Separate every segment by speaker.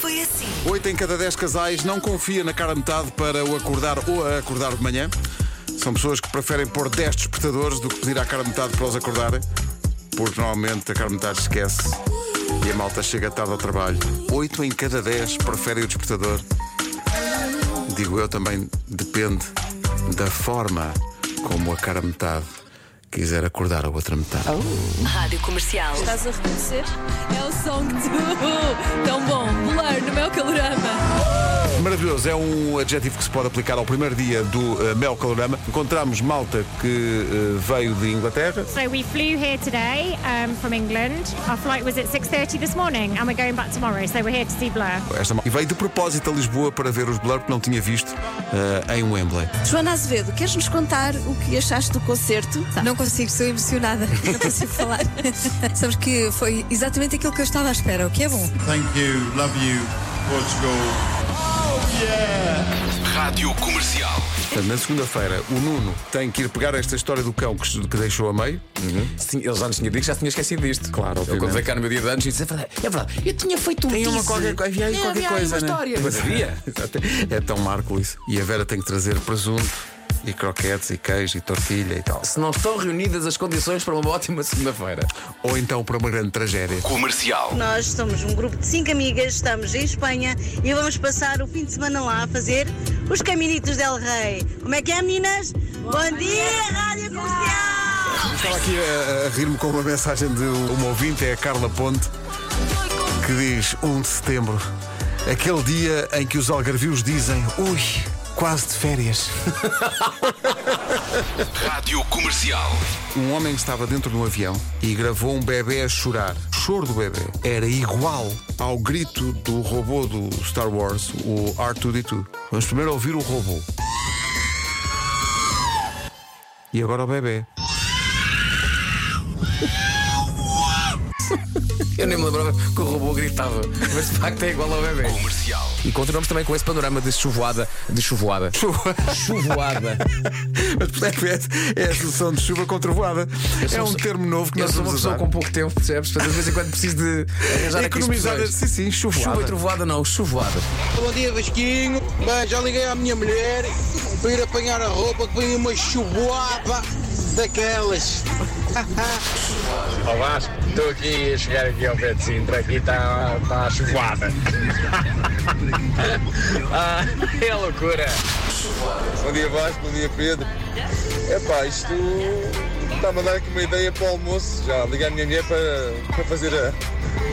Speaker 1: foi assim.
Speaker 2: 8 em cada 10 casais não confia na cara metade para o acordar ou a acordar de manhã. São pessoas que preferem pôr 10 despertadores do que pedir à cara metade para os acordarem, porque normalmente a cara metade esquece e a malta chega tarde ao trabalho. 8 em cada 10 preferem o despertador. Digo eu também, depende da forma como a cara metade quiser acordar a outra metade.
Speaker 1: Rádio Comercial.
Speaker 3: Estás a reconhecer? É o som que tu. Tão bom, Blur no meu calorama.
Speaker 2: Maravilhoso, é um adjetivo que se pode aplicar ao primeiro dia do eh, Mel Calorama. Encontramos malta que eh, veio de Inglaterra.
Speaker 4: So we flew here today um, from England. Our flight was at 6:30 this morning, and we're going back tomorrow. So we're here to see Blur.
Speaker 2: Esta mal- E veio de propósito a Lisboa para ver os Blur, que não tinha visto eh, em Wembley.
Speaker 5: Joana Azevedo, queres nos contar o que achaste do concerto?
Speaker 3: Não consigo, sou emocionada. Não consigo falar. Sabes que foi exatamente aquilo que eu estava à espera, o que é bom.
Speaker 6: Thank you, love you, Portugal.
Speaker 7: Rádio Comercial.
Speaker 2: Portanto, na segunda-feira, o Nuno tem que ir pegar esta história do cão que, se- que deixou a meio.
Speaker 8: Sim, eles já nos tinham dito que já tinha esquecido disto. É
Speaker 2: Claro,
Speaker 8: Eu quando
Speaker 2: obviamente.
Speaker 8: veio cá no meu dia de anos disse, é verdade, é verdade, eu tinha feito um
Speaker 2: Tem uma
Speaker 8: teaser.
Speaker 2: qualquer- havia aí
Speaker 8: É,
Speaker 2: qualquer
Speaker 8: havia aí
Speaker 2: coisa,
Speaker 8: uma
Speaker 2: né?
Speaker 8: história. Mas havia.
Speaker 2: É tão marco isso. E a Vera tem que trazer presunto, e croquetes, e queijo, e tortilha e tal.
Speaker 8: Se não estão reunidas as condições para uma ótima segunda-feira.
Speaker 2: Ou então para uma grande tragédia.
Speaker 7: Comercial.
Speaker 9: Nós somos um grupo de cinco amigas, estamos em Espanha e vamos passar o fim de semana lá a fazer os Caminitos del Rei. Como é que é, meninas? Bom, dia, Rádio Comercial!
Speaker 2: Estava aqui a, a rir-me com uma mensagem de uma ouvinte, é a Carla Ponte, que diz 1 de setembro, aquele dia em que os algarvios dizem ui, quase de férias.
Speaker 7: Rádio Comercial.
Speaker 2: Um homem estava dentro de um avião e gravou um bebê a chorar. O choro do bebê era igual ao grito do robô do Star Wars, o R2D2. Vamos primeiro ouvir o robô. E agora o bebê.
Speaker 8: Eu nem me lembrava que o robô gritava, mas de facto é igual ao bebê.
Speaker 7: Comercial.
Speaker 8: E continuamos também com esse panorama de chuvoada. De chuvoada. chuvoada.
Speaker 2: Mas portanto, é, é a solução de chuva controvoada. É
Speaker 8: sou-
Speaker 2: um termo novo que
Speaker 8: Eu
Speaker 2: nós
Speaker 8: sou uma
Speaker 2: vamos
Speaker 8: pessoa
Speaker 2: usar.
Speaker 8: com pouco tempo, percebes? Portanto, de vez em quando preciso de arranjar aqui
Speaker 2: Economizar,
Speaker 8: expressões.
Speaker 2: sim, sim, chuvoada.
Speaker 8: É assim. Chuva e trovoada não, chuvoada.
Speaker 10: Bom dia, Vasquinho. Bem, já liguei à minha mulher para ir apanhar a roupa que vem uma chuboaba daquelas.
Speaker 11: Olá, estou aqui a chegar aqui ao pé de Sintra, aqui está tá a chuvoada. ah, é loucura.
Speaker 6: Bom dia, Vasco. Bom dia, Pedro. Epá, isto está-me a dar aqui uma ideia para o almoço. Já liguei à minha mulher para, para fazer a,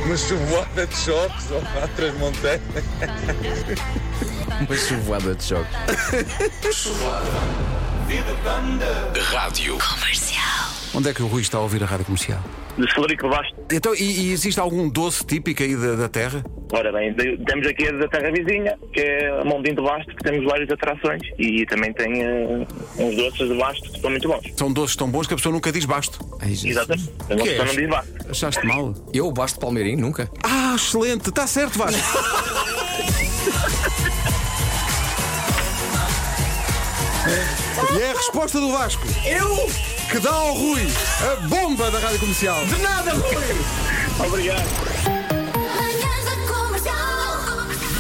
Speaker 6: uma chuvoada de choques ou a três montanhas.
Speaker 8: Uma chuvoada de choque.
Speaker 7: Rádio.
Speaker 2: Onde é que o Rui está a ouvir a rádio comercial?
Speaker 11: De Florico Basto.
Speaker 2: Então, e, e existe algum doce típico aí da, da terra?
Speaker 11: Ora bem, de- temos aqui a da terra vizinha, que é a Mondim de Basto, que temos várias atrações e também tem eh, uns doces de Basto que são muito bons.
Speaker 2: São doces tão bons que a pessoa nunca diz basto.
Speaker 11: Exatamente. Mas
Speaker 2: Que
Speaker 11: uma pessoa
Speaker 2: é?
Speaker 11: não diz Basto.
Speaker 2: Achaste mal?
Speaker 8: Eu, Basto Palmeirinho, nunca.
Speaker 2: Ah, excelente! Está certo, Vasco! e é a resposta do Vasco. Eu? Que dá ao Rui a bomba da rádio comercial.
Speaker 11: Obrigado.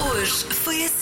Speaker 1: Hoje foi assim.